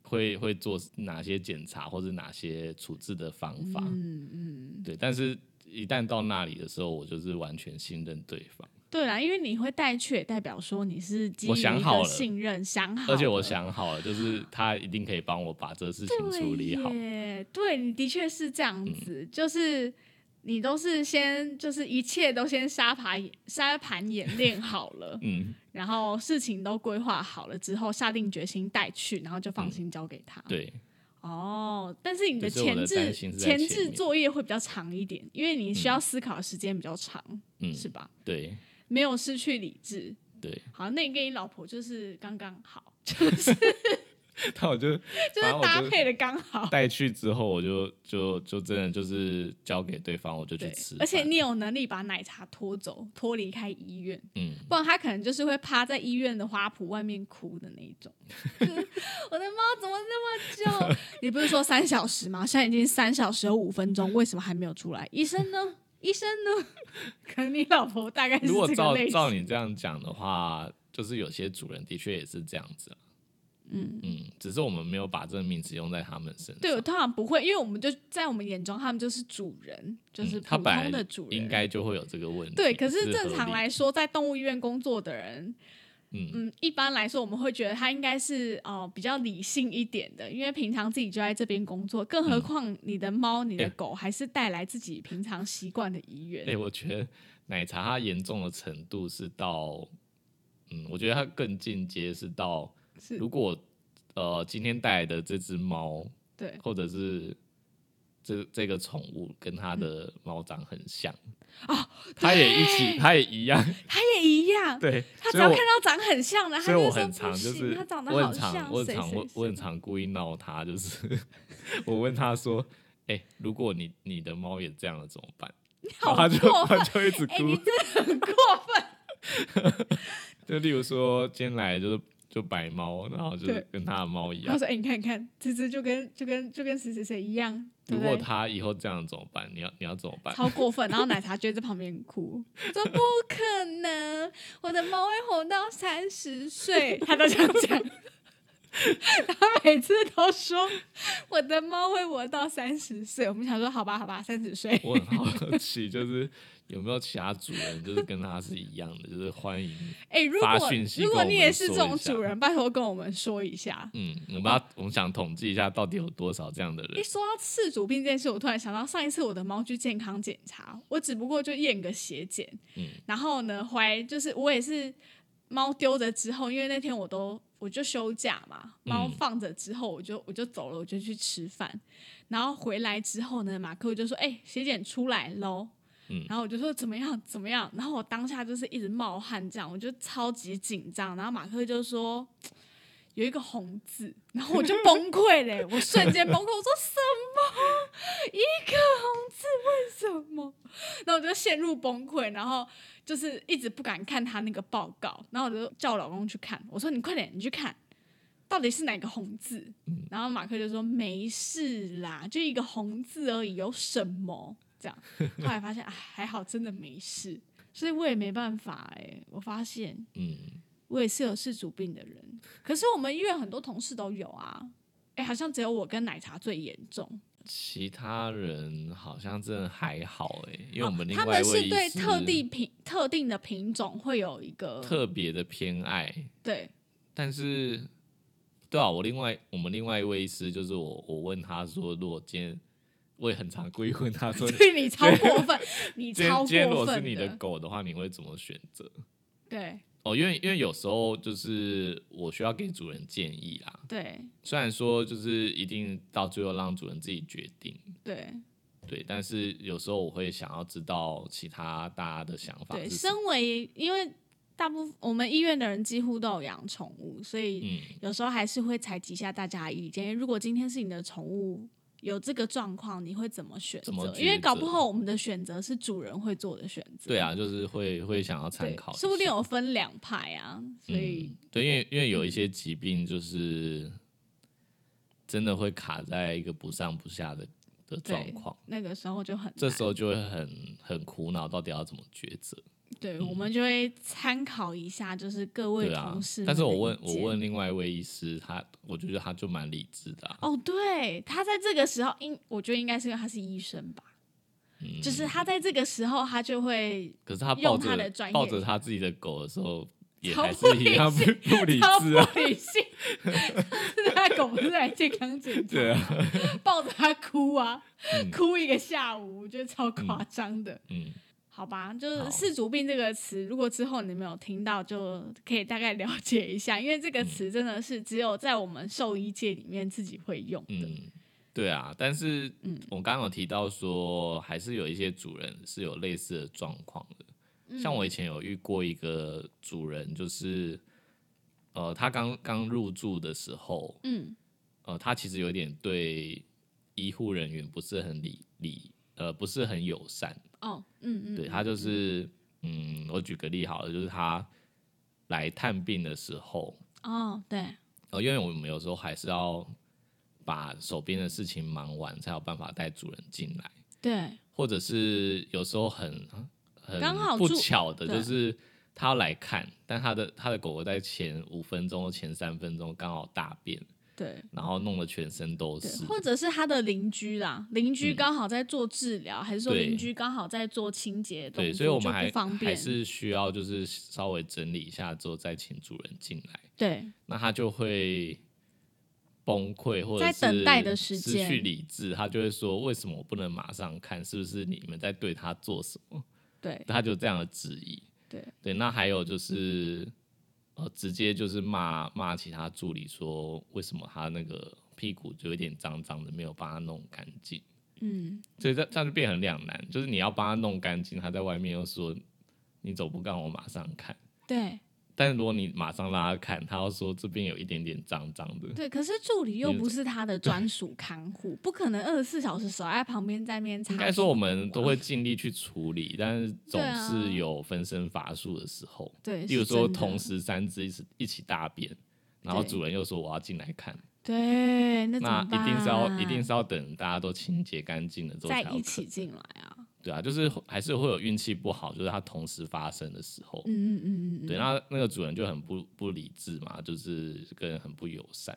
会会做哪些检查或者哪些处置的方法，
嗯嗯，
对，但是。一旦到那里的时候，我就是完全信任对方，
对啦，因为你会带去，也代表说你是基于
我想
一
好
个
了
信任，想好，
而且我。想好了，就是他一定可以帮我把这事情处理好。，
对耶，对你的确是这样子，就是你都是先就是一切都先沙盘沙盘演练好了
嗯，
然后事情都规划好了之后，下定决心带去，然后就放心交给他。
嗯对，
哦，但是你的
对所以我
前
的
置
担心是在前面
置作业会比较长一点，因为你需要思考的时间比较长，
嗯，
是吧？
对
没有失去理智。
对。
好，那你跟你老婆就是刚刚好，
但我就
就
反
是
正我
搭
就
配的刚好。
带去之后，我就就就真的就是交给对方，我就去
对
吃，饭。
而且你有能力把奶茶拖走，脱离开医院，
嗯，
不然他可能就是会趴在医院的花圃外面哭的那一种。 就是我的猫怎么那么久？ 你不是说三小时吗？现在已经三小时有五分钟，为什么还没有出来？医生呢？医生呢？ 可能你老婆大 概是
如果
这个
照
类
照
型。
你这样讲的话，就是有些主人的确也是这样子、啊。嗯嗯，只是我们没有把这个名词用在他们身上。
对，我通常不会，因为我们就在我们眼中，他们就是主人，就是
嗯他
普
本
通
来
的主人。
应该就会有这个问题。
对，可是
合
正
理
常，来说，在动物医院工作的人，
嗯，
嗯，一般来说，我们会觉得他应该是哦、呃比较理性一点的，因为平常自己就在这边工作，更何况你的猫、你的
嗯哎
狗还是带来自己平常习惯的医院。
哎、我觉得奶茶它严重的程度是到，嗯，我觉得它更进阶是到，
是
如果呃今天带来的这只猫
对
或者是这这个宠物跟它的猫长很像，
哦
它也一起，它也一样，
它也一样，
对，
它只
所以
要
我
看到长很像的，它
所
就
以
会
我
说
很常
不
就
行，
是
它长得
我
好
很常我
像
很
谁
常
谁
我我
谁。
很常故意闹他，就是 我问他说：“哎、如果你你的猫也这样了怎么办？”然
好
后他就
过分
他就一直
哎、你
哭，
真的很过 分，
就例如说今天来就是就白猫，然后就是
对
跟他的猫一
他
样。
说：“哎、你看，你看，这只就跟就跟就跟谁谁谁一样，对
如
不
果
对？”
他以后这样怎么办？你要你要怎么办？
超过分，然后奶茶就会在旁边 哭，说不可能，我的猫会活到三十 岁，他都这样 讲。他每次都说我的猫会活到三十岁，我们想说好吧，好吧，三十岁。
我很好奇，就是有没有其他主人就是跟他是一样的，就是欢迎，
哎、如
发
果
讯息
如
跟
果
我
你
们
也是这
说
种
一下
主人，拜托跟我们说一下。
嗯，我们要我们想统计一下到底有多少这样的
一
人，
说到赤足病这件事，我突然想到上一次我的猫去健康检查，我只不过就验个血检，
嗯
然后呢，怀就是我也是猫丢着之后，因为那天我都我就休假嘛，猫
嗯
放着之后，我就我就走了，我就去吃饭，然后回来之后呢，马克就说：“哎、血检出来喽。”
嗯
然后我就说怎么样怎么样，然后我当下就是一直冒汗，这样我就超级紧张。然后马克就说有一个红字，然后我就崩溃嘞、我瞬间崩溃，我说什么一个红字？为什么？然后我就陷入崩溃，然后就是一直不敢看他那个报告，然后我就叫我老公去看，我说你快点，你去看。到底是哪个红字？
嗯
然后马克就说没事啦，就一个红字而已，有什么？这样，后来发现 哎，还好真的没事，所以我也没办法哎、我发现
嗯。
我也是有氏主病的欸人，可是我们医院很多同事都有啊，哎、好像只有我跟奶茶最严重。
其他人好像真的还好哎、因为我们另
哦他
外
们
一位
是
医
对
师
特定品特定的品种会有一个
特别的偏爱，
对
但是对啊，我另外我们另外一位医师就是我，我问他说，如果今天我也很常故意问他说，
对 你超过分，你
今天
超
今天如
过
果是
分
你的狗的话，你会怎么选择？
对
哦，因为因为有时候就是我需要给主人建议啦，
对
虽然说就是一定到最后让主人自己决定，
对
对，但是有时候我会想要知道其他大家的想法
对，
是什么。
身为因为大部分我们医院的人几乎都有养宠物，所以
嗯，
有时候还是会采集一下大家的意见。如果今天是你的宠物有这个状况，你会怎么选择
怎么？
因为
抉
搞不
择
好我们的选择是主人会做的选择。
对啊，就是会会想要参
对，
考一下，
说不定有分两派啊，所以、
嗯、对，因为因为有一些疾病就是真的会卡在一个不上不下的的状
对
况，
那个时候就很
这
难
时候就会很很苦恼，到底要怎么抉择？
对，我们就会参考一下，就是各位
嗯对啊
同事、，
但是我问我问。另外一位医师，他我就觉得他就蛮理智的、啊，
哦，对他在这个时候应，我觉得应该是因为他是医生吧，
嗯
就是他在这个时候他就会
可是他抱
用他
着
的专业
抱着他自己的狗的时候，也
超
还
不
是一样不不理
超
智啊，
不理性，他狗不是来健康检查，
对啊，
抱着他哭啊，
嗯
哭一个下午，我觉得超夸张的。
嗯，
好吧，就是“
好
氏族病”这个词，如果之后你没有听到，就可以大概了解一下，因为这个
嗯
词真的是只有在我们兽医界里面自己会用的。嗯
嗯，对啊，但是我刚刚有提到说，还是有一些主人是有类似的状况的。
嗯
像我以前有遇过一个主人，就是呃，他刚刚入住的时候，
嗯，
呃，他其实有点对医护人员不是很礼礼，呃，不是很友善。
哦，嗯嗯，嗯
对他就是，嗯，我举个例好了，就是他来探病的时候，
哦，对，
呃，因为我们有时候还是要把手边的事情忙完，才有办法带主人进来，
对，
或者是有时候很很
刚好
不
住
巧的，
对
就是他要来看，但他的他的狗狗在前五分钟、前三分钟刚好大便，
对，
然后弄得全身都
对
是，，
或者是他的邻居啦，邻居
嗯
刚好在做治疗，还是说
对
邻居刚好在做清洁的动作，
对，所以我们
就
还
不方
还
便，
是需要就是稍微整理一下之后再请主人进来。
对
那他就会崩溃，或者
在
是
等待的时间
失去理智，他就会说：“为什么我不能马上看？是不是你们在对他做什么
对？”
他就这样的质疑。
对
对，那还有就是，呃，直接就是骂骂其他助理说：“为什么他那个屁股就有点脏脏的，没有帮他弄干净？”
嗯，
所以这这样就变很两难，就是你要帮他弄干净，他在外面又说：“你走不干，我马上看。”
对
但如果你马上让他看，他要说这边有一点点脏脏的，
对，可是助理又
你
不是他的专属看护，不可能二十四小时守在旁边在面擦屁股啊。
应该说我们都会尽力去处理，但是总
对啊
是有分身乏术的时候。
对，
例如
是
说，
真的
同时三只一起一起大便，然后
对
主人又说我要进来看，
对，那怎
那
么
一定是要
办
一定是要等大家都清洁干净了之后
在
才有可
一
能。
起进来啊。
对啊，就是还是会有运气不好，就是它同时发生的时候。
嗯嗯嗯嗯，
对，啊那那个主人就很不不理智嘛，就是跟人很不友善。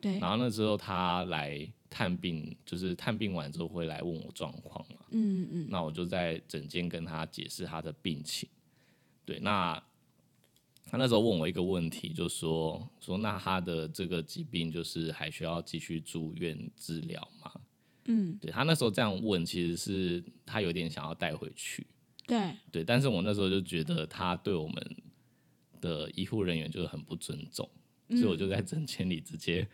对，
然后那时候他来探病，就是探病完之后会来问我状况嘛，
嗯嗯
那我就在诊间跟他解释他的病情。对，那他那时候问我一个问题，就说说那他的这个疾病就是还需要继续住院治疗吗？
嗯，
对他那时候这样问，其实是他有点想要带回去，
对
对，但是我那时候就觉得他对我们的医护人员就是很不尊重，所以
嗯
我就在诊间里直接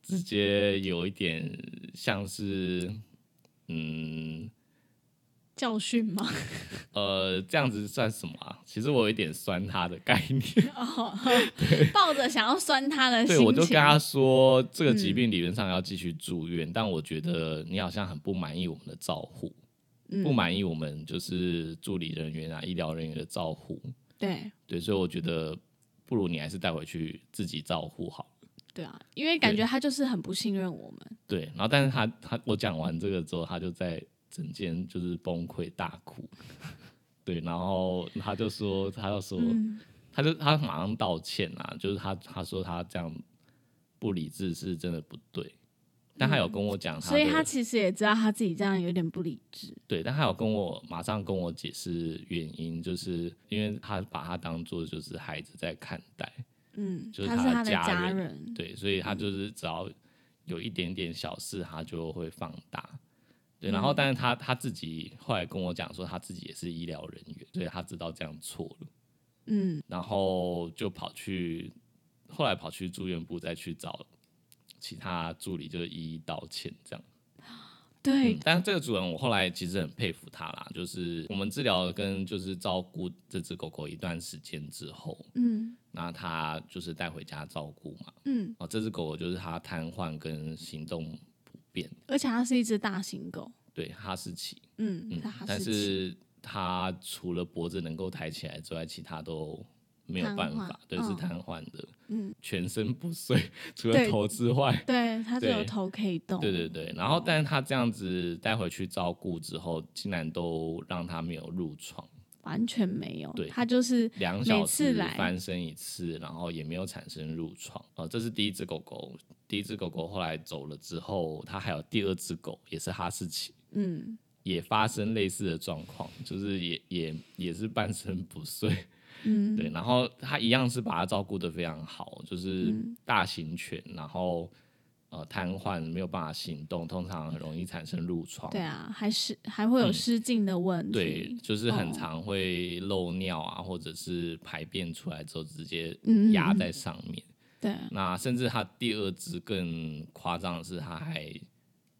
直接有一点像是嗯
教训 嘛，
呃这样子算什么啊？其实我有一点酸他的概念，
抱着想要酸他的心
对
情，嗯
我就跟他说这个疾病理论上要继续住院，但我觉得你好像很不满意我们的照护。
嗯
不满意我们就是助理人员啊、医疗人员的照护，
对
对，所以我觉得不如你还是带回去自己照护好。
对啊，因为感
对
觉他就是很不信任我们，
对，然后但是他他我讲完这个之后，他就在整间就是崩溃大哭， 对，然后他就说，他就说，
嗯
他就他马上道歉啊，就是他他说他这样不理智是真的不对，但他有跟我讲
嗯
他的，
所以他其实也知道他自己这样有点不理智。
对，但他有跟我马上跟我解释原因，就是因为他把他当做就是孩子在看待，
嗯，
就是
他
他
是
的
他的
家
家
人
人，
对，所以他就是只要有一点点小事，他就会放大。对，然后但是他他自己后来跟我讲说，他自己也是医疗人员，所以他知道这样错了，
嗯，
然后就跑去，后来跑去住院部再去找其他助理，就是一一道歉这样。
对
嗯，但是这个主人我后来其实很佩服他啦，就是我们治疗跟就是照顾这只狗狗一段时间之后，
嗯
那他就是带回家照顾嘛。
嗯，
哦，这只狗狗就是它瘫痪跟行动不便，
而且它是一只大型狗，
对，哈士奇，
嗯，
嗯
它是，
但是它除了脖子能够抬起来之外，其他都没有办
瘫痪
法，对，是
嗯
瘫痪的，
嗯，
全身不遂， 除了
对
头之外，
对，它只有
对
头可以动，
对对对，然后但是它这样子带回去照顾之后，竟然都让它没有入床。
完全没有，
对
它就是
两
每
小
次
时
来
翻身一次，然后也没有产生褥疮。哦，这是第一只狗狗，第一只狗狗后来走了之后，它还有第二只狗，也是哈士奇，
嗯，
也发生类似的状况，就是也也也是半身不遂。
嗯，
对，然后它一样是把它照顾的非常好，就是
嗯
大型犬，然后呃瘫痪没有办法行动，通常很容易产生褥疮。
对啊，还是还会有
嗯
失禁的问
对
题，，
就是
哦
很常会漏尿啊，或者是排便出来之后直接
嗯嗯
压
嗯
在上面。
对，
那甚至它第二只更夸张的是，它还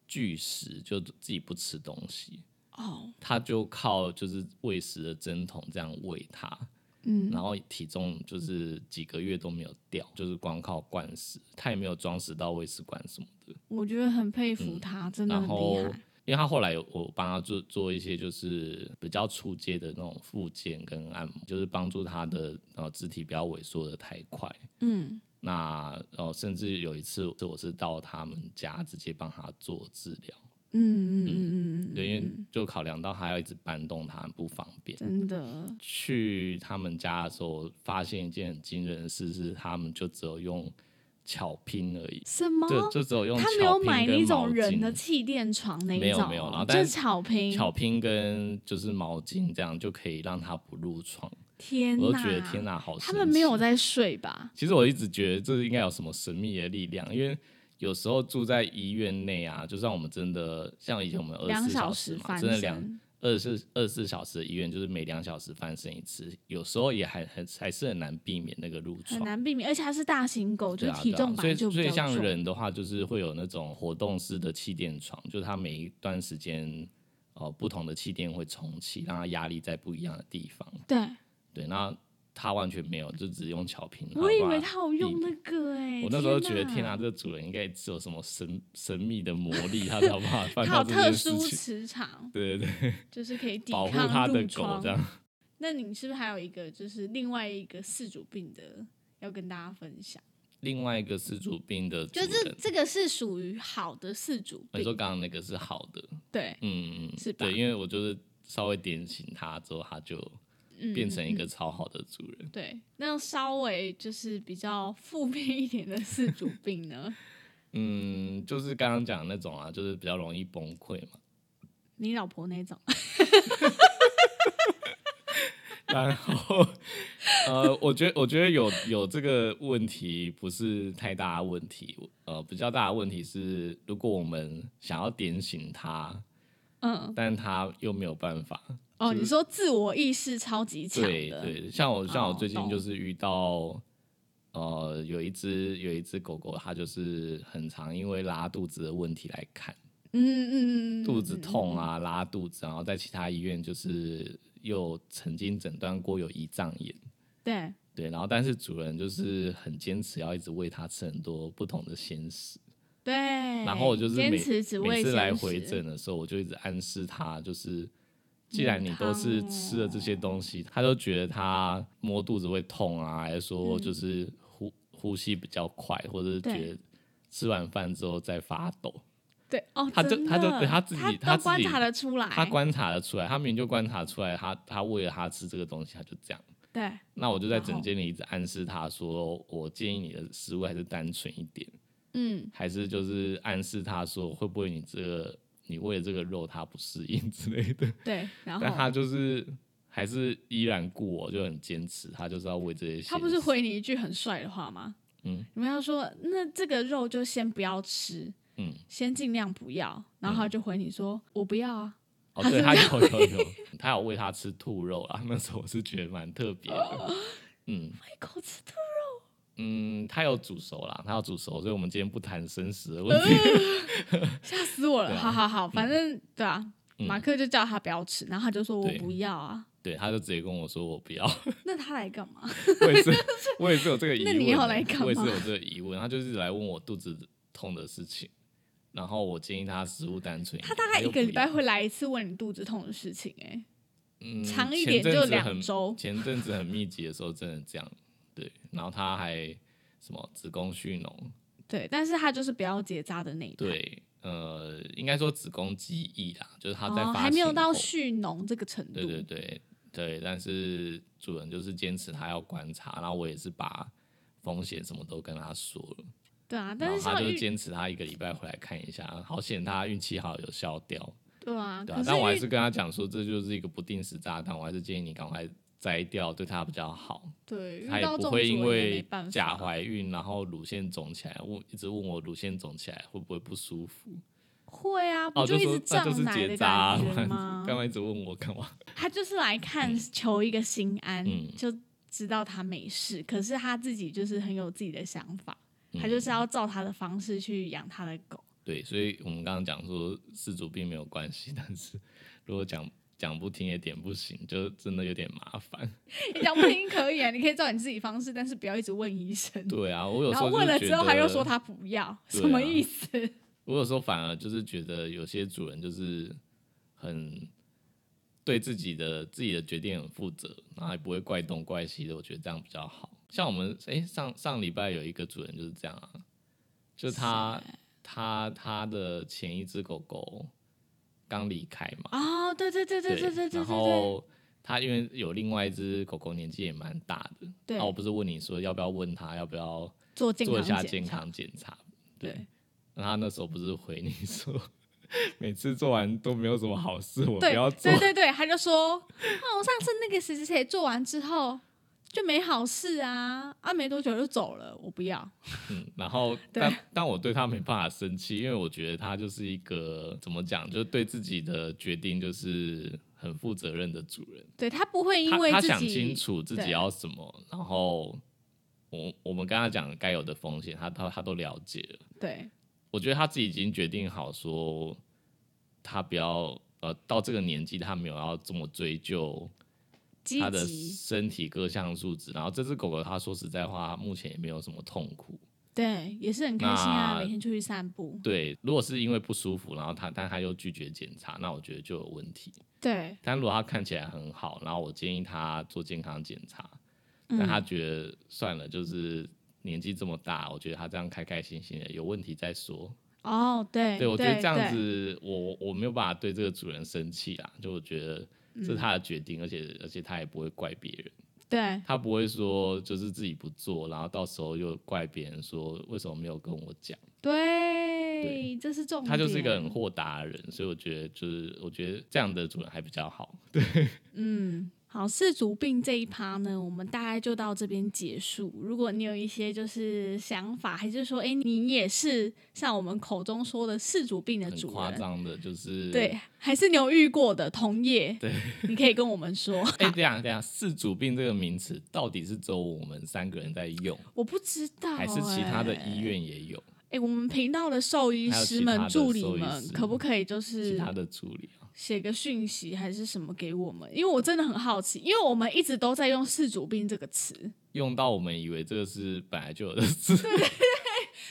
拒食，就自己不吃东西，
哦，
它就靠就是喂食的针筒这样喂它，
嗯
然后体重就是几个月都没有掉，就是光靠灌食，它也没有装食到喂食管什么的。
我觉得很佩服他，真的
嗯
很
然后
厉害。，
因为他后来有我帮他做做一些就是比较出街的那种复健跟按摩，就是帮助他的呃肢体不要萎缩的太快。
嗯，
那呃，甚至有一次我是到他们家直接帮他做治疗，
嗯嗯嗯嗯嗯，
对，因为就考量到他要一直搬动他很不方便。
真的，
去他们家的时候，发现一件很惊人的事是，他们就只有用巧拼而已，
什么？
就就只有用
哦他
巧
没有
拼
买
跟
那
毛
种人
巾
的气垫床那一种，哦
没有没有然后
就是
但是
草坪。
巧拼跟就是毛巾这样就可以让它不入床，
天
我
呐，
都觉得天哪，好神
他
奇！哦
们没有。在睡吧？
其实我一直觉得这应该有什么神秘的力量，因为有时候住在医院内啊，就算我们真的像以前我们二十
两
四
小
时嘛，
翻
真的两
身，
二十四二十四小时的医院，就是每两小时翻身一次，有时候也还很还是很难避免那个褥
很
疮。
难避免，而且它是大型狗，
对
就
啊，
体重本
对
来
啊所
就
以所
比
以
较
像
重。
人的话，就是会有那种活动式的气垫床，就是它每一段时间，呃，不同的气垫会重启，让它压力在不一样的地方。
对，
对，那它完全没有，就只用巧平。
我以为
它
它有用那个哎，
我那时候觉得天
哪
啊，，这个主人应该是有什么神神秘的魔力，他才有 办法办
它有
到这
特
件事
殊
情。
磁场，
对对对，
就是 可以抵
保护
抗
他的
褥
狗
疮
这样。
那你是不是还有一个就是另外一个四主病的要跟大家分享？
另外一个是主病的主
就这
人，
这个是属于好的四主
哦你
病，
说刚刚那个是好的，
对，
嗯，嗯
是吧
对，因为我就是稍微点醒他之后，他就
嗯
变成一个
嗯
超好的主人。
对。那稍微就是比较负面一点的四主病呢？
嗯，就是刚刚讲的那种啊，就是比较容易崩溃嘛。
你老婆那种，
然后，呃，我觉得我觉得有有这个问题不是太大的问题，呃，比较大的问题是，如果我们想要点醒他，
嗯，
但他又没有办法。
哦，你说自我意识超级强
对
的，
对，像我像我
哦
最近
懂
就是遇到，呃，有一只有一只狗狗，它就是很常因为拉肚子的问题来看。
嗯嗯嗯，
肚子痛啊、拉肚子，然后在其他医院就是又曾经诊断过有胰脏炎，
对，
对，然后但是主人就是很坚持要一直喂它吃很多不同的鲜食，
对。
然后我就是每
哎坚持只喂
每次来
鲜食嗯
回诊，的时候，我就一直暗示它，就是既然你都是吃了这些东西，它都觉得它摸肚子会痛啊，还是说就是呼、呼吸比较快，或者是
嗯对
觉得吃完饭之后在发抖。
对哦，
他就
真的
他就对他自己
他
他
都
自己
观察得出来，
他观察得出来，他明明就观察出来，他他为了他吃这个东西，他就这样。
对，
那我就在
然后
诊间里一直暗示他说，我建议你的食物还是单纯一点，
嗯，
还是就是暗示他说会不会你这个你喂了这个肉它不适应之类的，
对，然
但他
后
就是还是依然故我，就很坚持，他就是要喂这些。
他不是回你一句很帅的话吗？
嗯，
你们要说那这个肉就先不要吃，
嗯，
先尽量不要，然后他就回你说、我不要啊，
哦，对，他有有有，他有喂他吃兔肉啊，那时候我是觉得蛮特 别的，嗯
一哎口吃掉。
嗯，他有煮熟啦，他有煮熟，所以我们今天不谈生死的问 题，
吓死我了！
对啊
好好好，反正对啊，
嗯
马克就叫他不要吃，然后他就说我
对
不要啊。
对，他就直接跟我说我不要，
那他来干 嘛？
我也是我也是有这个疑
那
问，欸
你要来干嘛
我也是有这个疑问，他就是来问我肚子痛的事情，然后我建议他食物单纯一点，
他大概
又
一个
不
礼拜
要
会来一次问你肚子痛的事情、哎，
嗯
长一
前
点
阵
就
子
两
很
周
前阵子很密集的时候真的这样，对，然后他还什么子宫蓄脓。
对，但是他就是不要结扎的那一派，
对，呃，应该说子宫记忆啦，就是它在
哦，
发、
还没有到，蓄脓这个程度，
对对对对，但是主人就是坚持他要观察，然后我也是把风险什么都跟他说了，
对啊，
然
但
后
是
他
像
就
玉，
坚持他一个礼拜回来看一下，好险他运气好有消掉，
对啊，
对
可
啊，但我还
玉
是跟他讲说这就是一个不定时炸弹，我还是建议你赶快摘掉，对他比较好，
对遇
他也
到这
不
种
会因
主人也没
为
办
假
法，
怀孕然后乳腺肿起来，问一直问我乳腺肿起来会不会不舒服。
会啊，不
哦，就
一
说
直
那就是
胀奶
结
的
扎啊，
感
不
觉
然
吗？
干嘛一直问我干嘛？
他就是来看求一个心安，
嗯
就知道他没事。可是他自己就是很有自己的想法，
嗯
他就是要照他的方式去养他的狗。
对，所以我们刚刚讲说事主并没有关系，但是如果讲讲不听也点不行，就真的有点麻烦。
你讲不听可以啊，你可以照你自己方式，但是不要一直问医生。
对啊，我有
然
时候
后
就是
问了
觉
之后，他又
得
说他不要，
对
什么
啊
意思？
我有时候反而就是觉得有些主人就是很对自己的自己的决定很负责，然后也不会怪东怪西的，我觉得这样比较好。像我们诶，上上礼拜有一个主人就是这样啊，就他他他的前一只狗狗刚离开嘛，
哦，对对对对对对对对
然后他因为有另外一只狗狗年纪也蛮大的，啊
对
那我哦不是问你说要不要问他要不要
做健
做一下
康
健
检查，
康检查？对
对
那他那时候不是回你说，每次做完都没有什么好事，我不
对
要做
对。对对，他就 说，哦，我上次那个谁谁谁做完之后就没好事啊，啊，没多久就走了，我不要。
嗯，然后
对
但但我对他没办法生气，因为我觉得他就是一个怎么讲，就是对自己的决定就是很负责任的主人。
对他不会因
他
为
他
自
想
己
清楚自己
对
要什么，然后我我们跟他讲该有的风险，他他他都了解了。
对
我觉得他自己已经决定好说，他不要呃到这个年纪，他没有要这么追究
积
它的
极
身体各项素质。然后这只狗狗，它说实在话，目前也没有什么痛苦。
对也是很开心啊，
那
每天出去散步。
对，如果是因为不舒服，然后它但它又拒绝检查，那我觉得就有问题。
对，
但如果它看起来很好，然后我建议它做健康检查，但
嗯
它觉得算了，就是年纪这么大，我觉得它这样开开心心的，有问题再说。
哦，对，
对，我觉得这样
对
子，我我没有办法对这个主人生气啦，就我觉得
嗯
这是他的决定，而且而且他也不会怪别人，
对
他不会说就是自己不做，然后到时候又怪别人说为什么没有跟我讲，
对，这是重点。
他就是一个很豁达的人，所以我觉得就是我觉得这样的主人还比较好。
嗯。好，氏族病这一趴呢，我们大概就到这边结束。如果你有一些就是想法，还是说，哎、你也是像我们口中说的氏族病的
很
主
夸
人，
张的，就 是
对，还是你有遇过的同业，对，你可以跟我们说。
哎、等一下等一下，四主病这个名词到底是只有我们三个人在用，
我不知道、欸
还是其他的
诶
医院也有，
哎、我们频道的兽医
还有
师
其他
们、
的
助理
兽医
们，
师
可不可以就
其
是
他的助理啊？
写个讯息还是什么给我们？因为我真的很好奇，因为我们一直都在用“氏主病”这个词，
用到我们以为这个是本来就有的事，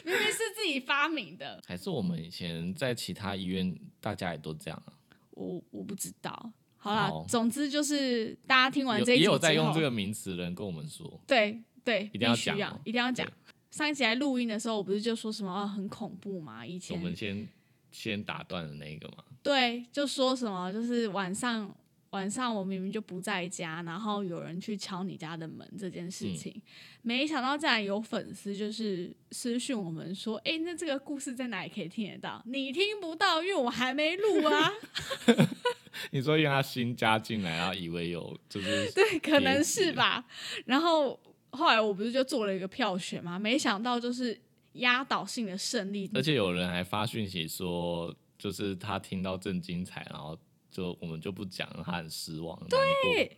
明明是自己发明的，
还是我们以前在其他医院大家也都这样啊？
我我不知道。好啦，
好
总之就是大家听完
有
这一
也
集
有在
之
用
后
这个名词的人跟我们说，
对对，
一定要
必须
讲
要
哦
一定要讲
对。
上一集来录音的时候，我不是就说什么、啊、很恐怖嘛？以
我
前
们先先打断的那个嘛，
对，就说什么就是晚上晚上我明明就不在家，然后有人去敲你家的门这件事情，没想到竟然有粉丝就是私讯我们说，哎、那这个故事在哪里可以听得到？你听不到，因为我还没录 啊。
你说因为他新加进来，然后以为有就 是
对，可能
别
是
急
吧。然后后来我不是就做了一个票选嘛，没想到就是压倒性的胜利，
而且有人还发讯息说，就是他听到正精彩，然后就我们就不讲，他很失望。对，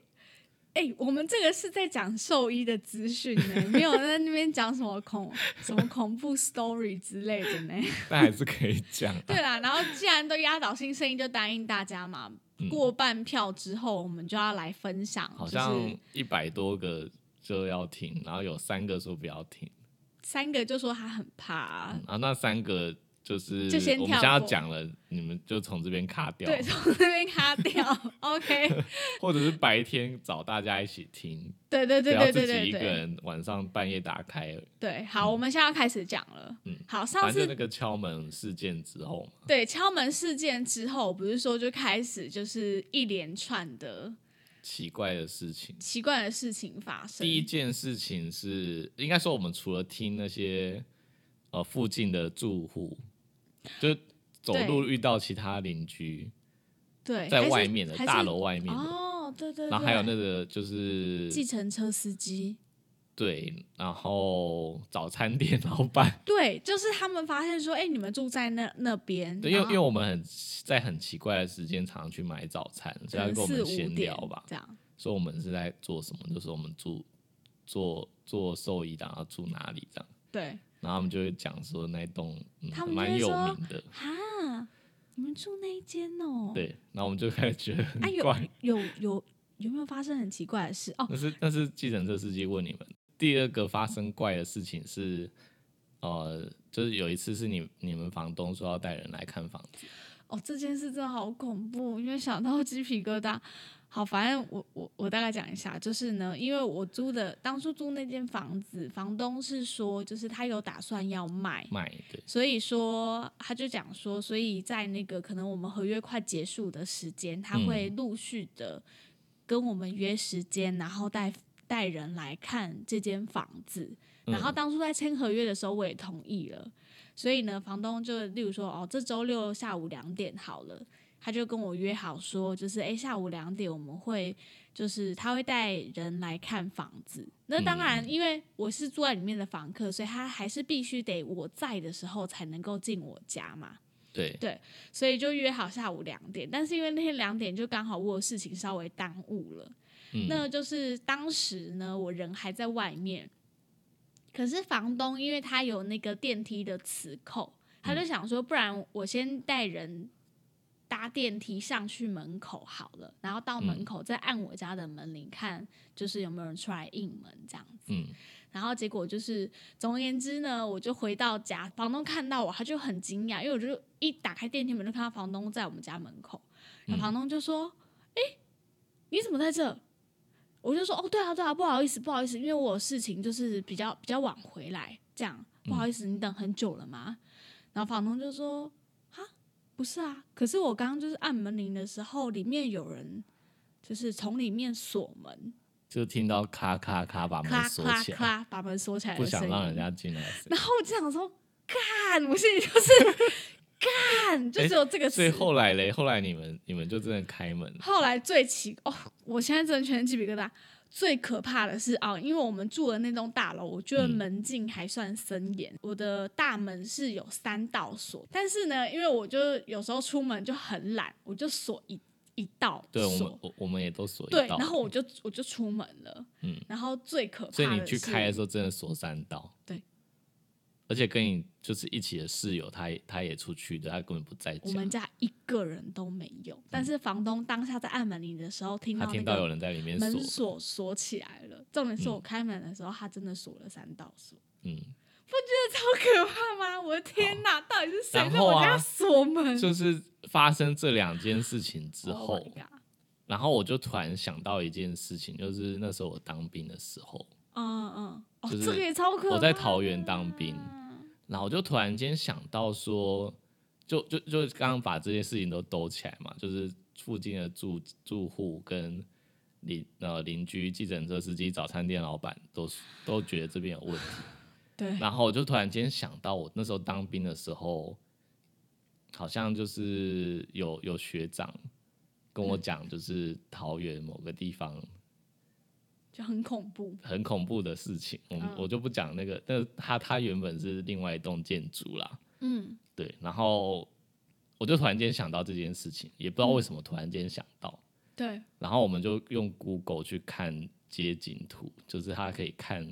哎、我们这个是在讲兽医的资讯呢， 没有在那边讲什么恐什么恐怖 story 之类的呢。
但还是可以讲、啊
对啦，然后既然都压倒性胜利，就答应大家嘛。
嗯
过半票之后，我们就要来分享，
好
就
像
是
一百多个就要听，然后有三个说不要听，
三个就说他很怕、啊，
然后那三个就是
就先
我
跳
们现在要
过
讲了，你们就从这边卡掉，
对，从那边卡掉。OK，
或者是白天找大家一起听，
对 对对对
不
对
要自己
对
一个
对
人晚上半夜打开。
对，好，我们现在要开始讲了。
嗯
好，上
反
次
正那个敲门事件之后嘛，
对敲门事件之后，不是说就开始就是一连串的
奇怪的事情。
奇怪的事情发生。
第一件事情是，应该说我们除了听那些呃附近的住户，就走路遇到其他邻居
对，还
在
是
外面的
还是
大楼外面的，
哦，对对对，
然后还有那个就是
计程车司机，
对，然后早餐店老板，
对，就是他们发现说，哎、你们住在那那边，
对，因为
然
因
后
为我们很在很奇怪的时间常常去买早餐，
可
所以他
能
跟
嗯
我
四
们
五
闲
点
聊吧，
这样
说我们是在做什么，就是我们住做做兽医的，然后住哪里这样。
对
然后他们就会讲说那一栋嗯
他们就
蛮
会
有
说
名的，
啊，你们住那一间哦、，
对，然后我们就开始觉得
啊
很
有
怪。
有有有没有发生很奇怪的事哦？
那是那是计程车司机问你们。第二个发生怪的事情是，呃，就是有一次是你你们房东说要带人来看房子，
哦，这件事真的好恐怖，因为想到鸡皮疙瘩。好，反正我我我大概讲一下，就是呢，因为我租的当初租那间房子，房东是说，就是他有打算要卖，
卖对，
所以说他就讲说，所以在那个可能我们合约快结束的时间，他
嗯
会陆续的跟我们约时间，然后带带人来看这间房子。
嗯
然后当初在签合约的时候，我也同意了。所以呢，房东就例如说，哦，这周六下午两点好了，他就跟我约好说，就是诶，下午两点我们会，就是他会带人来看房子。那当然，因为我是住在里面的房客，所以他还是必须得我在的时候才能够进我家嘛。
对，
所以就约好下午两点，但是因为那天两点就刚好我有事情稍微耽误了，
嗯
那就是当时呢我人还在外面，可是房东因为他有那个电梯的磁扣，他就想说，不然我先带人搭电梯上去门口好了，然后到门口再按我家的门铃看，就是有没有人出来应门这样子。
嗯，
然后结果就是，总而言之呢，我就回到家，房东看到我，他就很惊讶，因为我就一打开电梯门就看到房东在我们家门口，然后
嗯
房东就说：“哎、你怎么在这？”我就说：“哦，对啊，对啊，不好意思，不好意思，因为我有事情就是比较比较晚回来，这样不好意
嗯
思，你等很久了吗？”然后房东就说：“啊，不是啊，可是我刚刚就是按门铃的时候，里面有人就是从里面锁门，
就听到咔咔咔把
咔
门锁
咔
起来，
咔把门锁起来
不
的声音，
想让人家进来。
然后我就想说，干，我心里就是 干，就只有这个词。
所以哎后来嘞，后来你们你们就真的开门了，
后来最奇哦，我现在真的全身鸡皮疙瘩。最可怕的是啊、因为我们住的那栋大楼，我觉得
嗯
门禁还算森严。我的大门是有三道锁，但是呢，因为我就有时候出门就很懒，我就锁一一道
对我
锁
们，我我们也都锁
对
一，道，
然后我就我就出门了。
嗯
然后最可怕的
所
是，
以你去开的时候真的锁三道，
对，
而且跟你就是一起的室友，他也他也出去的，他根本不在
我
家，
们家一个人都没有，但是房东当下在按门铃的时候，听
嗯他
到那
听到有
个
人在里面
门
锁，
锁锁起来了。重点是
嗯
我开门的时候，他真的锁了三道锁，
嗯，
这超可怕吗？我的天哪，到底是谁
哦然
在
后
我
啊
家锁门？
就是发生这两件事情之
Oh
后
my，god
然后我就突然想到一件事情，就是那时候我当兵的时候，
嗯嗯，哦，
就是
这个也超可怕。
我在桃园当兵，然后我就突然间想到说，就就就刚刚把这些事情都兜起来嘛，就是附近的住住户跟邻呃邻居、计程车司机、早餐店老板都都觉得这边有问题。
对，
然后我就突然间想到，我那时候当兵的时候，好像就是有有学长跟
嗯
我讲，就是桃园某个地方
就很恐怖。
很恐怖的事情。我们、
嗯
我就不讲那个，但是他他原本是另外一栋建筑啦，
嗯，
对。然后我就突然间想到这件事情，也不知道
嗯
为什么突然间想到。
对，
然后我们就用 Google 去看街景图，就是它可以看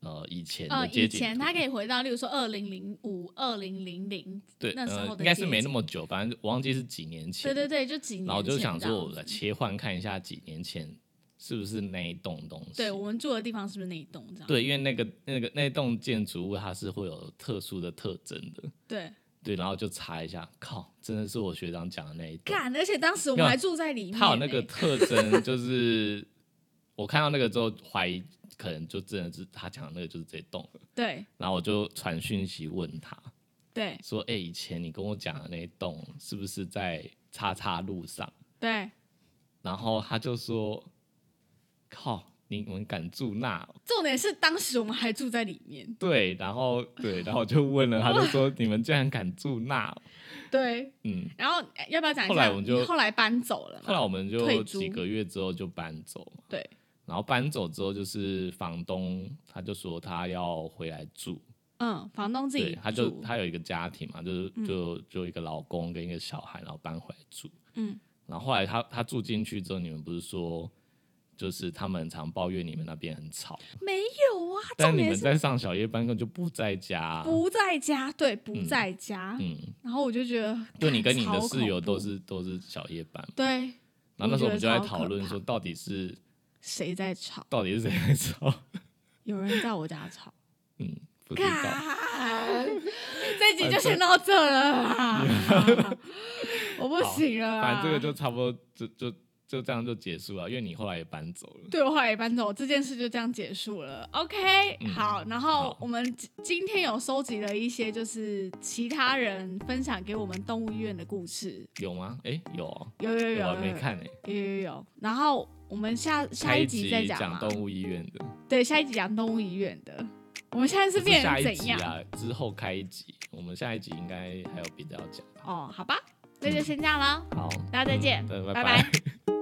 呃以前
呃，
的街
以
景
前
图。
他可以回到，例如说二零零五、二零零零，
对，
那时候
呃、
的
应该是
街
没那
景
么久，反正我忘记是几年前。
对对对，就几年前这样子。
然后我就想说，我来切换看一下几年前是不是那一栋东西。
对我们住的地方是不是那一栋这样？
对因为那个那个那栋建筑物它是会有特殊的特征的。
对，
对，然后就查一下，靠，真的是我学长讲的那一栋。
干，而且当时我
没
们
有
还住在里面呢，欸
它有那个特征，就是 我看到那个之后怀疑，可能就真的是他讲的那个就是这栋了。
对
然后我就传讯息问他
对
说：“哎、以前你跟我讲的那一栋是不是在叉叉路上
对，？”
然后他就说：“靠，你们敢住那哦？”
重点是当时我们还住在里面，
对，然后对，然后我就问了，他就说：“你们竟然敢住那哦？”
对。
嗯，
然后呃要不要讲一下？
后来我们就
你后来搬走了嘛，
后来我们就
退租
几个月之后就搬走嘛。
对
然后搬走之后，就是房东他就说他要回来住，
嗯，房东自己
对，他就
住
他有一个家庭嘛，就是就就一个老公跟一个小孩，然后搬回来住。
嗯，
然后后来他他住进去之后，你们不是说就是他们很常抱怨你们那边很吵，
没有啊，
但
重
你们
点是
在上小夜班根本就不在家啊、
不在家，对，不在家。
嗯，
然后我就觉得，
就你跟你的
超恐
室友都
怖
是都是小夜班嘛，
对
然后那时候我们就在
我觉得超
讨论
可怕
说，到底是
谁在吵，
到底是谁在吵？
有人在我家吵。
嗯， 不知道。
干， 这集就先到这了啦， 我不行了啦。
反正这个就差不多，就就就这样就结束了，因为你后来也搬走了。
对我后来也搬走，这件事就这样结束了。OK，、
嗯
好，然后
好
我们今今天有收集了一些就是其他人分享给我们动物医院的故事，
有吗？哎、有、哦，
有有有
我
有
还没，看哎、
有有有有。然后我们下啊下
下
一
集
集再
讲
嘛，
动物医院的，
对，下一集讲动物医院的。我们现在是
不是
变
下
成
一
怎
集
样？
啊？之后开一集，我们下一集应该还有别的要讲。
哦，好吧，那就先这样啦，
好，
大家再见，
嗯对，
拜
拜
拜